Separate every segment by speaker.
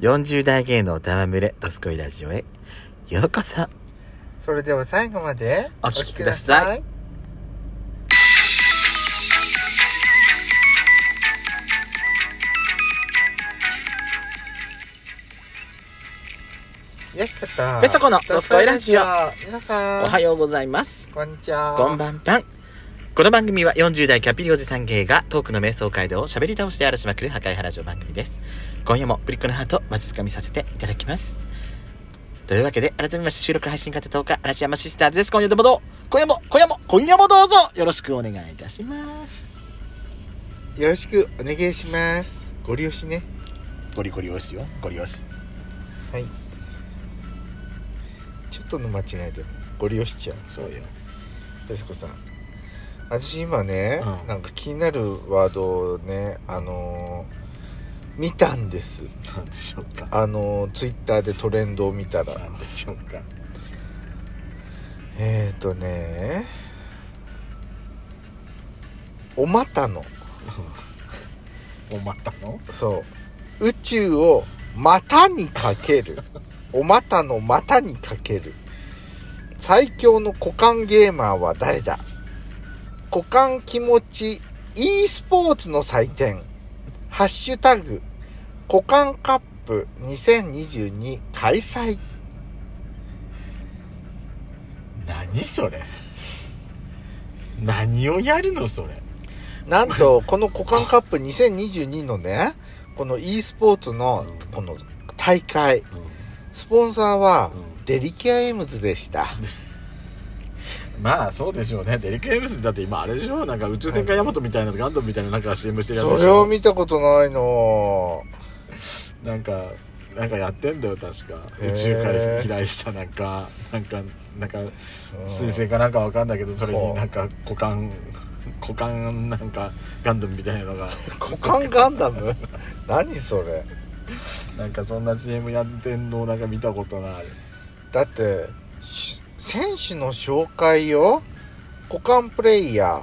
Speaker 1: 40代芸能たまむれ、ドスコイラジオへ、ようこそ。
Speaker 2: それでは最後まで
Speaker 1: お聞きください
Speaker 2: お聞きくださいよしかった
Speaker 1: ペソコのドスコイラジオ
Speaker 2: 皆さん
Speaker 1: おはようございます。
Speaker 2: こんにちは
Speaker 1: こんばんぱん。この番組は40代キャピリおじさん芸がトークの瞑想街道を喋り倒して荒らしまくる破壊原城番組です。今夜もブリックのハートをわしづかみさせていただきます。というわけで、改めまして収録配信型10日、嵐山シスターズです。今夜どうもどう今夜も、今夜も、今夜もどうぞよろしくお願いいたします。
Speaker 2: よろしくお願いしますご利用しね
Speaker 1: ゴリゴリ押しよ。ゴリ押し。
Speaker 2: はいちょっとの間違いでもご利用しちゃう
Speaker 1: そうよ。
Speaker 2: ペスコさん私今ね、
Speaker 1: うん
Speaker 2: なんか気になるワードをねあのー見たんです
Speaker 1: なんでしょうか。
Speaker 2: あのーツイッターでトレンドを見たら
Speaker 1: でしょうか。
Speaker 2: えーとねお股の
Speaker 1: おまたの
Speaker 2: そう宇宙を股にかけるお股の股にかける最強の股間ゲーマーは誰だ股間気持ち e スポーツの祭典ハッシュタグ股間カップ2022開催
Speaker 1: 何それ何をやるのそれ
Speaker 2: なん とこの股間カップ2022のねこの e スポーツのこの大会スポンサーは
Speaker 1: うん
Speaker 2: デリケアエムズでした
Speaker 1: まあそうでしょうねデリケエムスだって今あれでしょなんか宇宙戦艦ヤマトみたいなガンダムみたいななんか CM してるやつ
Speaker 2: そ
Speaker 1: でし
Speaker 2: れを
Speaker 1: ょ
Speaker 2: 見たことないの
Speaker 1: なんかなんかやってんだよ確か
Speaker 2: へー
Speaker 1: 宇宙から飛来したなんかなんかなんか彗星かなんかわかんないけどそれになんか股間股間なんかガンダムみたいなのが
Speaker 2: 股間ガンダム 何それ
Speaker 1: なんかそんな CM やってんのをなんか見たことない
Speaker 2: だってし選手の紹介よ股間プレイヤ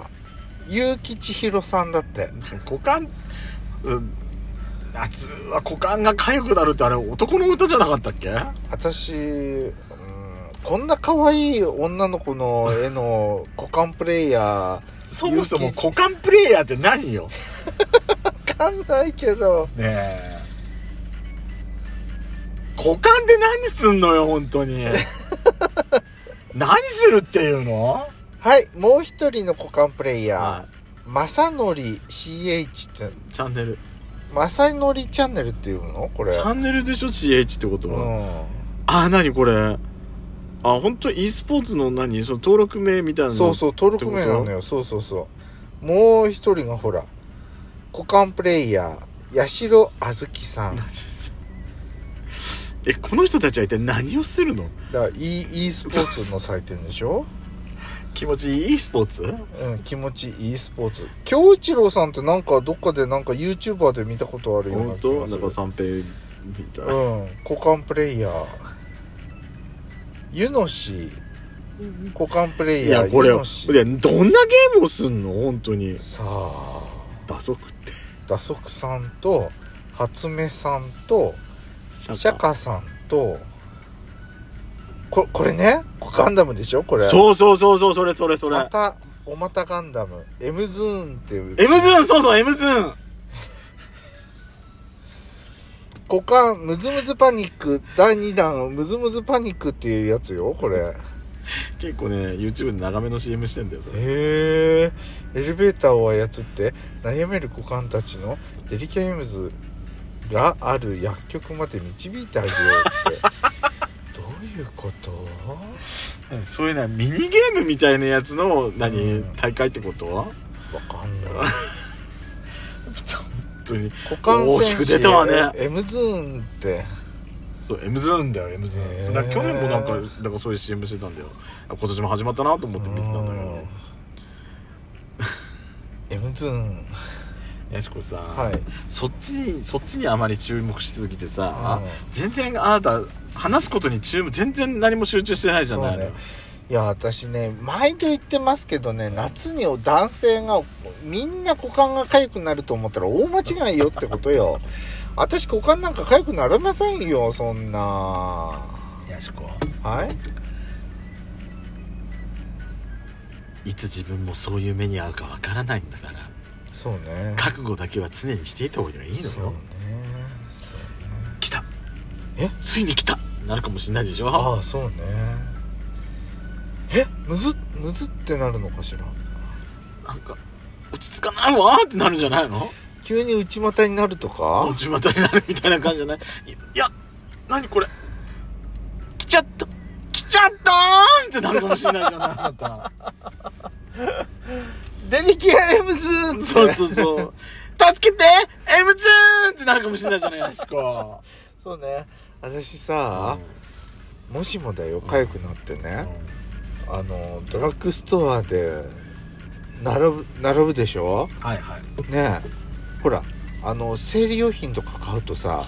Speaker 2: ー結城千尋さんだって
Speaker 1: 股間、うん、夏は股間が痒くなるってあれ男の歌じゃなかったっけ
Speaker 2: 私うんこんな可愛い女の子の絵の股間プレイヤ
Speaker 1: そもそも
Speaker 2: 勇気
Speaker 1: 股間プレイヤーって何よ
Speaker 2: ーわかんないけど
Speaker 1: ねえ股間で何すんのよ本当 に何するっていうの
Speaker 2: はいもう一人の股間プレイヤ
Speaker 1: は
Speaker 2: ー正則 CH って
Speaker 1: いチャンネル
Speaker 2: 正則チャンネルっていうのこれ
Speaker 1: チャンネルでしょ CH ってことは、
Speaker 2: うん
Speaker 1: ああ何これあ本当 e スポーツの何その登録名みたいなの
Speaker 2: そうそう登録名なのよそうそうそうもう一人がほら股間プレイヤー八代あずきさんだか
Speaker 1: えこの人たちは一体何をするの
Speaker 2: ら e, e スポーツの祭典でしょ、
Speaker 1: 気持ちいい e スポーツ
Speaker 2: うん、気持ち e スポーツ京一郎さんってなんかどっかでなんか YouTuber で見たことあるような
Speaker 1: 本
Speaker 2: 気
Speaker 1: 当
Speaker 2: が
Speaker 1: なん
Speaker 2: する
Speaker 1: か三平みたいな、
Speaker 2: うん股間プレイヤー湯の氏股間プレ
Speaker 1: い
Speaker 2: イヤ
Speaker 1: や
Speaker 2: ー
Speaker 1: これ
Speaker 2: 湯
Speaker 1: いや
Speaker 2: の氏
Speaker 1: どんなゲームをすんの本当に
Speaker 2: さあ
Speaker 1: 打足って
Speaker 2: 打足さんと初音さんとシャカさんとここれねガンダムでしょこれ
Speaker 1: そうそうそうそうそれそれそれ
Speaker 2: またおまたガンダム M ズーンっていう
Speaker 1: M ズーンそうそう M ズーン
Speaker 2: 股間ムズムズパニック第2弾ムズムズパニックっていうやつよこれへ
Speaker 1: 結構ね YouTube で長めの CM してんだよそれ
Speaker 2: えエレベーターを操って悩める股間たちのデリケエムズがある薬局まで導いてあげよう ってどういうこと
Speaker 1: そういうなミニゲームみたいなやつの何、
Speaker 2: うん
Speaker 1: 大会ってこと本
Speaker 2: わかん ない
Speaker 1: 当に
Speaker 2: 股間
Speaker 1: 大きく出たわね
Speaker 2: M ズーンって
Speaker 1: そう M ズーンだよ M ズ
Speaker 2: へ
Speaker 1: ーン
Speaker 2: ー
Speaker 1: それは去年もなんかなんかそういう CM してたんだよあ今年も始まったなと思って見てたんだけ
Speaker 2: う
Speaker 1: ど
Speaker 2: ん M ズーン
Speaker 1: やしこさん、
Speaker 2: はい
Speaker 1: そっちにそっちにあまり注目しすぎてさ、
Speaker 2: うん
Speaker 1: 全然あなた話すことに注目全然何も集中してないじゃないのよ、
Speaker 2: いや私ね毎度言ってますけどね夏に 男性がみんな股間が痒くなると思ったら大間違いよってことよ私股間なんか痒くなれませんよそんなは
Speaker 1: やしこ
Speaker 2: い
Speaker 1: いつ自分もそういう目に遭うかわからないんだから
Speaker 2: そうね
Speaker 1: 覚悟だけは常にしていた方がいいの
Speaker 2: そうね
Speaker 1: よ来た
Speaker 2: え
Speaker 1: ついに来たなるかもしれないでし
Speaker 2: あ
Speaker 1: ょ
Speaker 2: あそうねえむずむずってなるのかしら
Speaker 1: なんか落ち着かないわーってなるんじゃないの
Speaker 2: 急に内股になるとか
Speaker 1: 落ち股になるみたいな感じじゃないいいや何これ来ちゃった来ちゃったーんってなるかもしれないじゃないあなた
Speaker 2: デリケエムズっ て
Speaker 1: そうそうそう助けて M ズーンってなるかもしれないじゃないですか
Speaker 2: そうね私さ、もしもだよ痒くなってね、あのドラッグストアで並ぶ並ぶでしょ
Speaker 1: はいはい
Speaker 2: ねえほらあの生理用品とか買うとさ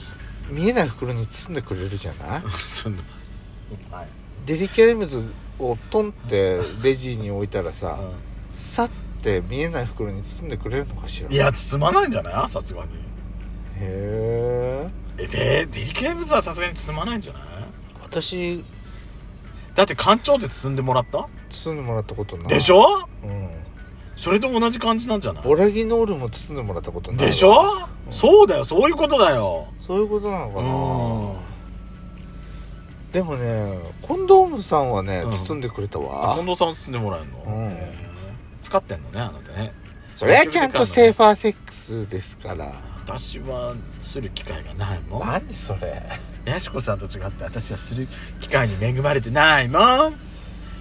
Speaker 2: 見えない袋に包んでくれるじゃない
Speaker 1: そんなはい
Speaker 2: デリケエムズをトンってレジに置いたらさ、さって見えない袋に包んでくれるのかしら
Speaker 1: い
Speaker 2: へ
Speaker 1: や包まないんじゃないさすがに
Speaker 2: え
Speaker 1: えでデリケーブスはさすがに包まないんじゃない
Speaker 2: 私
Speaker 1: だって館長で包んでもらった
Speaker 2: 包んでもらったことない
Speaker 1: でし、ょ
Speaker 2: うん、
Speaker 1: それと同じ感じなんじゃない
Speaker 2: ボラギノールも包んでもらったことないわ
Speaker 1: でしょ、そうだよそういうことだよ
Speaker 2: そういうことなのか
Speaker 1: う
Speaker 2: な、
Speaker 1: ん
Speaker 2: でもねコンドームさんはね、
Speaker 1: うん
Speaker 2: 包んでくれたわ
Speaker 1: 近藤さん包んでもらえるの、
Speaker 2: うん
Speaker 1: へえ使ってんのねあなたね
Speaker 2: それはちゃんとセーファーセックスですから
Speaker 1: 私はする機会がないもん
Speaker 2: 何それ
Speaker 1: やしこさんと違って私はする機会に恵まれてないもん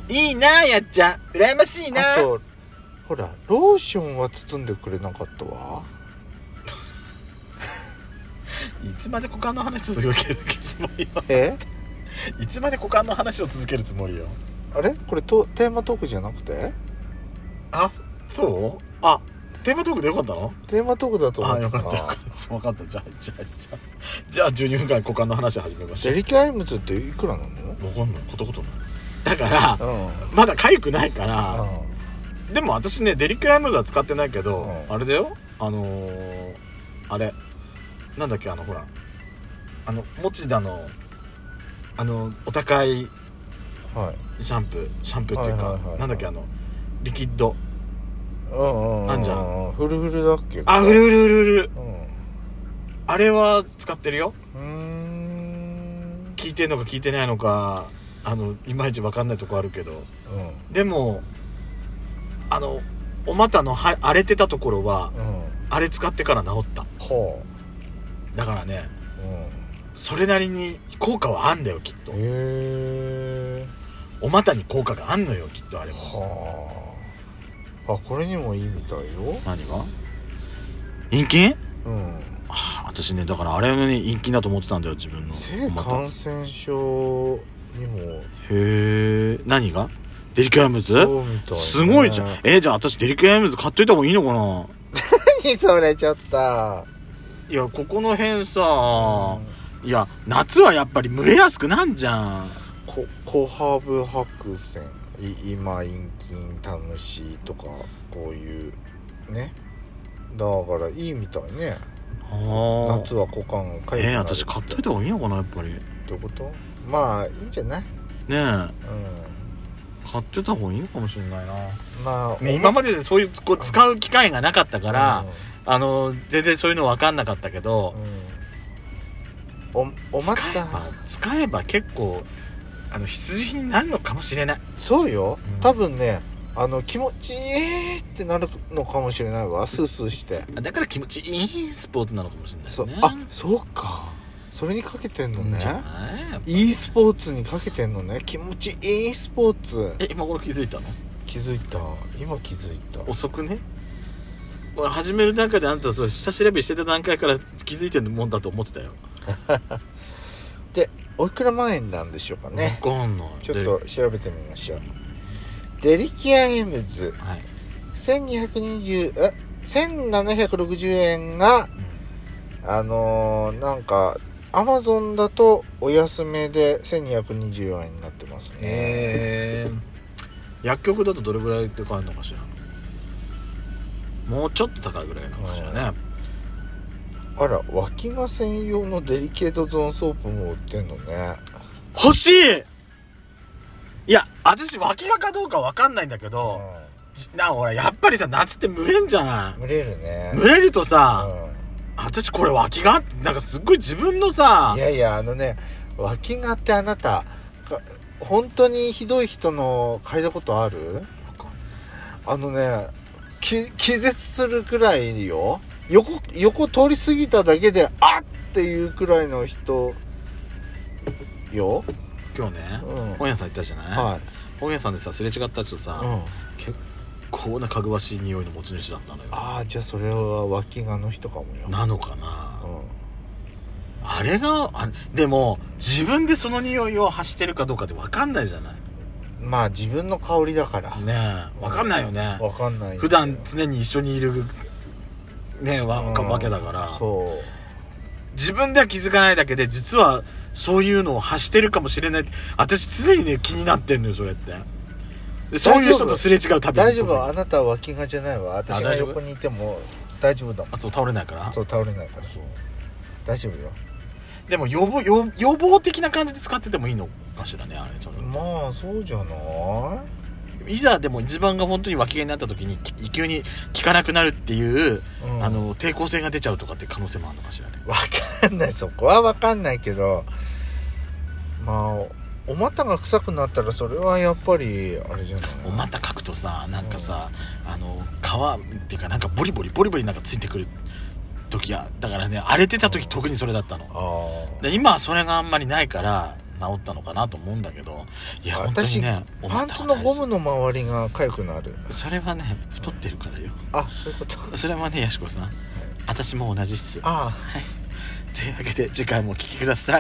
Speaker 1: いいなあやっちゃん羨ましいな
Speaker 2: あとほらローションは包んでくれなかったわ
Speaker 1: いつまで股間の話続けるつもりよ
Speaker 2: え
Speaker 1: いつまで股間の話を続けるつもりよ
Speaker 2: あれこれとテーマトークじゃなくて
Speaker 1: あそうあテーマトークでよかったの
Speaker 2: テーマトークだと思
Speaker 1: あ
Speaker 2: っ
Speaker 1: よ
Speaker 2: て
Speaker 1: かったよか
Speaker 2: た
Speaker 1: ったそう分かったじゃあじゃあじゃあじゃあ12分間股間の話始めましょ
Speaker 2: デ
Speaker 1: う
Speaker 2: リケアイムズっていくらなの
Speaker 1: 分かんないことことないだから
Speaker 2: うんうん
Speaker 1: まだ痒くないからでも私ねデリケアムーズは使ってないけど、
Speaker 2: うん
Speaker 1: あれだよあのー、あれなんだっけあのほらあの持田のあのお高い
Speaker 2: はい
Speaker 1: シャンプーシャンプーっていうか、
Speaker 2: はいはいはいはい
Speaker 1: なんだっけあのリキッド
Speaker 2: うんうんう
Speaker 1: あんじゃん
Speaker 2: フルフルだっけ
Speaker 1: あうるうるうるうる
Speaker 2: うん
Speaker 1: あれは使ってるよ
Speaker 2: うーん
Speaker 1: 聞いてんのか聞いてないのかあのいまいち分かんないとこあるけど
Speaker 2: うん
Speaker 1: でもあのお股のは荒れてたところは
Speaker 2: うん
Speaker 1: あれ使ってから治った
Speaker 2: は
Speaker 1: だからね
Speaker 2: あうん
Speaker 1: それなりに効果はあんだよきっと
Speaker 2: へえ
Speaker 1: お股に効果があんのよきっとあれも
Speaker 2: はああこれにもいいみたいよ
Speaker 1: 何が陰菌
Speaker 2: うん
Speaker 1: あ私ねだからあれのね陰菌だと思ってたんだよ自分の
Speaker 2: 性
Speaker 1: お股へ
Speaker 2: 感染症にも
Speaker 1: え何がデリケアムズ
Speaker 2: そうみたいね
Speaker 1: すごいじゃん えじゃあ私デリケアムズ買っといた方がいいのかな
Speaker 2: 何それちょっと
Speaker 1: いやここの辺さいや夏はやっぱり蒸れやすくなんじゃん
Speaker 2: こコハブ白線い今陰菌タムシとかこういうねだからいいみたいね
Speaker 1: あ
Speaker 2: 夏は股間がかゆくな
Speaker 1: え
Speaker 2: る
Speaker 1: 私買っといた方がいいのかなやっぱりね
Speaker 2: どういうことまあいいんじゃない
Speaker 1: え
Speaker 2: うん
Speaker 1: 買ってた方がいいのかもしれないな、
Speaker 2: まあ
Speaker 1: ね、今まででそういうこう使う機会がなかったから、あの全然そういうの分かんなかったけど、
Speaker 2: うんおおま
Speaker 1: 使え
Speaker 2: た
Speaker 1: ば使えば結構あの必需品になるのかもしれない
Speaker 2: そうよ、
Speaker 1: うん
Speaker 2: 多分ねあの気持ちいいってなるのかもしれないわスースーして
Speaker 1: だから気持ちいいスポーツなのかもしれないね
Speaker 2: そうあそうかそれにかけてんのね
Speaker 1: じゃない
Speaker 2: e スポーツにかけてんのね気持ちいいスポーツ
Speaker 1: え今頃気づいたの
Speaker 2: 気づいた今気づいた
Speaker 1: 遅くね俺始める段階であんたそれ下調べしてた段階から気づいてるもんだと思ってたよ
Speaker 2: おいくら万円なんでしょうかね
Speaker 1: 分かんない
Speaker 2: ちょっ
Speaker 1: で
Speaker 2: と調べてみましょうデリキアエムズ
Speaker 1: はい、
Speaker 2: 1220え1760円があのーなんかアマゾンだとお安めで1224円になってますね
Speaker 1: えー、薬局だとどれぐらいで買えるのかしらもうちょっと高いぐらいなのかしらね
Speaker 2: あら脇が専用のデリケートゾーンソープも売ってんのね
Speaker 1: 欲しいいや、私、脇がかどうかわかんないんだけど、じな、ほら、やっぱりさ、夏って蒸れんじゃな
Speaker 2: うん蒸れるね
Speaker 1: い蒸れるとさ、
Speaker 2: う
Speaker 1: 私これ脇がなんかすっごい自分のさ
Speaker 2: ん、い、やいやあのね脇がってあなたか本当にひどい人の嗅いだことあるあのねき気絶するくらいよ横横通り過ぎただけであっっていうくらいの人よ、
Speaker 1: 今日ね、
Speaker 2: うん
Speaker 1: 本屋さん行ったじゃない、
Speaker 2: はい、
Speaker 1: 本屋さんでさ、すれ違った人さ、
Speaker 2: うん、
Speaker 1: 結構なかぐわしい匂いの持ち主だったのよ。
Speaker 2: ああじゃあそれは脇がの人かもよ、
Speaker 1: なのかな、
Speaker 2: うん、
Speaker 1: あれが、あでも、自分でその匂いを発してるかどうかってわかんないじゃない
Speaker 2: まあ自分の香りだから
Speaker 1: ねえ、わかんないよね。
Speaker 2: わかんない
Speaker 1: 普段常に一緒にいる、ねえ、わ,、
Speaker 2: うん
Speaker 1: わけだから。
Speaker 2: そ
Speaker 1: 自分では気づかないだけで実はそういうのを発してるかもしれない私常にね気になってんのよそれってでそういう人とすれ違う
Speaker 2: う
Speaker 1: 旅
Speaker 2: 大丈夫あなたは脇がじゃないわ私が
Speaker 1: 大丈夫
Speaker 2: 横にいても大丈夫だも
Speaker 1: あそう倒れないから
Speaker 2: んそう倒れないからそう大丈夫よ
Speaker 1: でも予防予予防的な感じで使っててもいいのかしらねあれその
Speaker 2: まあそうじゃない
Speaker 1: いざでも自分が本当に脇毛になった時にき急に効かなくなるっていう、
Speaker 2: うん
Speaker 1: あの抵抗性が出ちゃうとかって可能性もあるのかしらね
Speaker 2: わかんないそこはわかんないけどまあお股が臭くなったらそれはやっぱりあれじゃない
Speaker 1: お股かくとさなんかさ、あの皮っていうかなんかボリボリボリボリなんかついてくる時やだからね荒れてた時特にそれだったの
Speaker 2: ああ
Speaker 1: で今はそれがあんまりないから治ったのかなと思うんだけどいや本当に
Speaker 2: 私、
Speaker 1: ね
Speaker 2: パンツのゴム
Speaker 1: の
Speaker 2: の周りが痒くなる
Speaker 1: それはね太ってるからよ
Speaker 2: あそういう こと
Speaker 1: それはねやしこさん私も同じっす
Speaker 2: ああ
Speaker 1: はいというわけで次回もお聴きください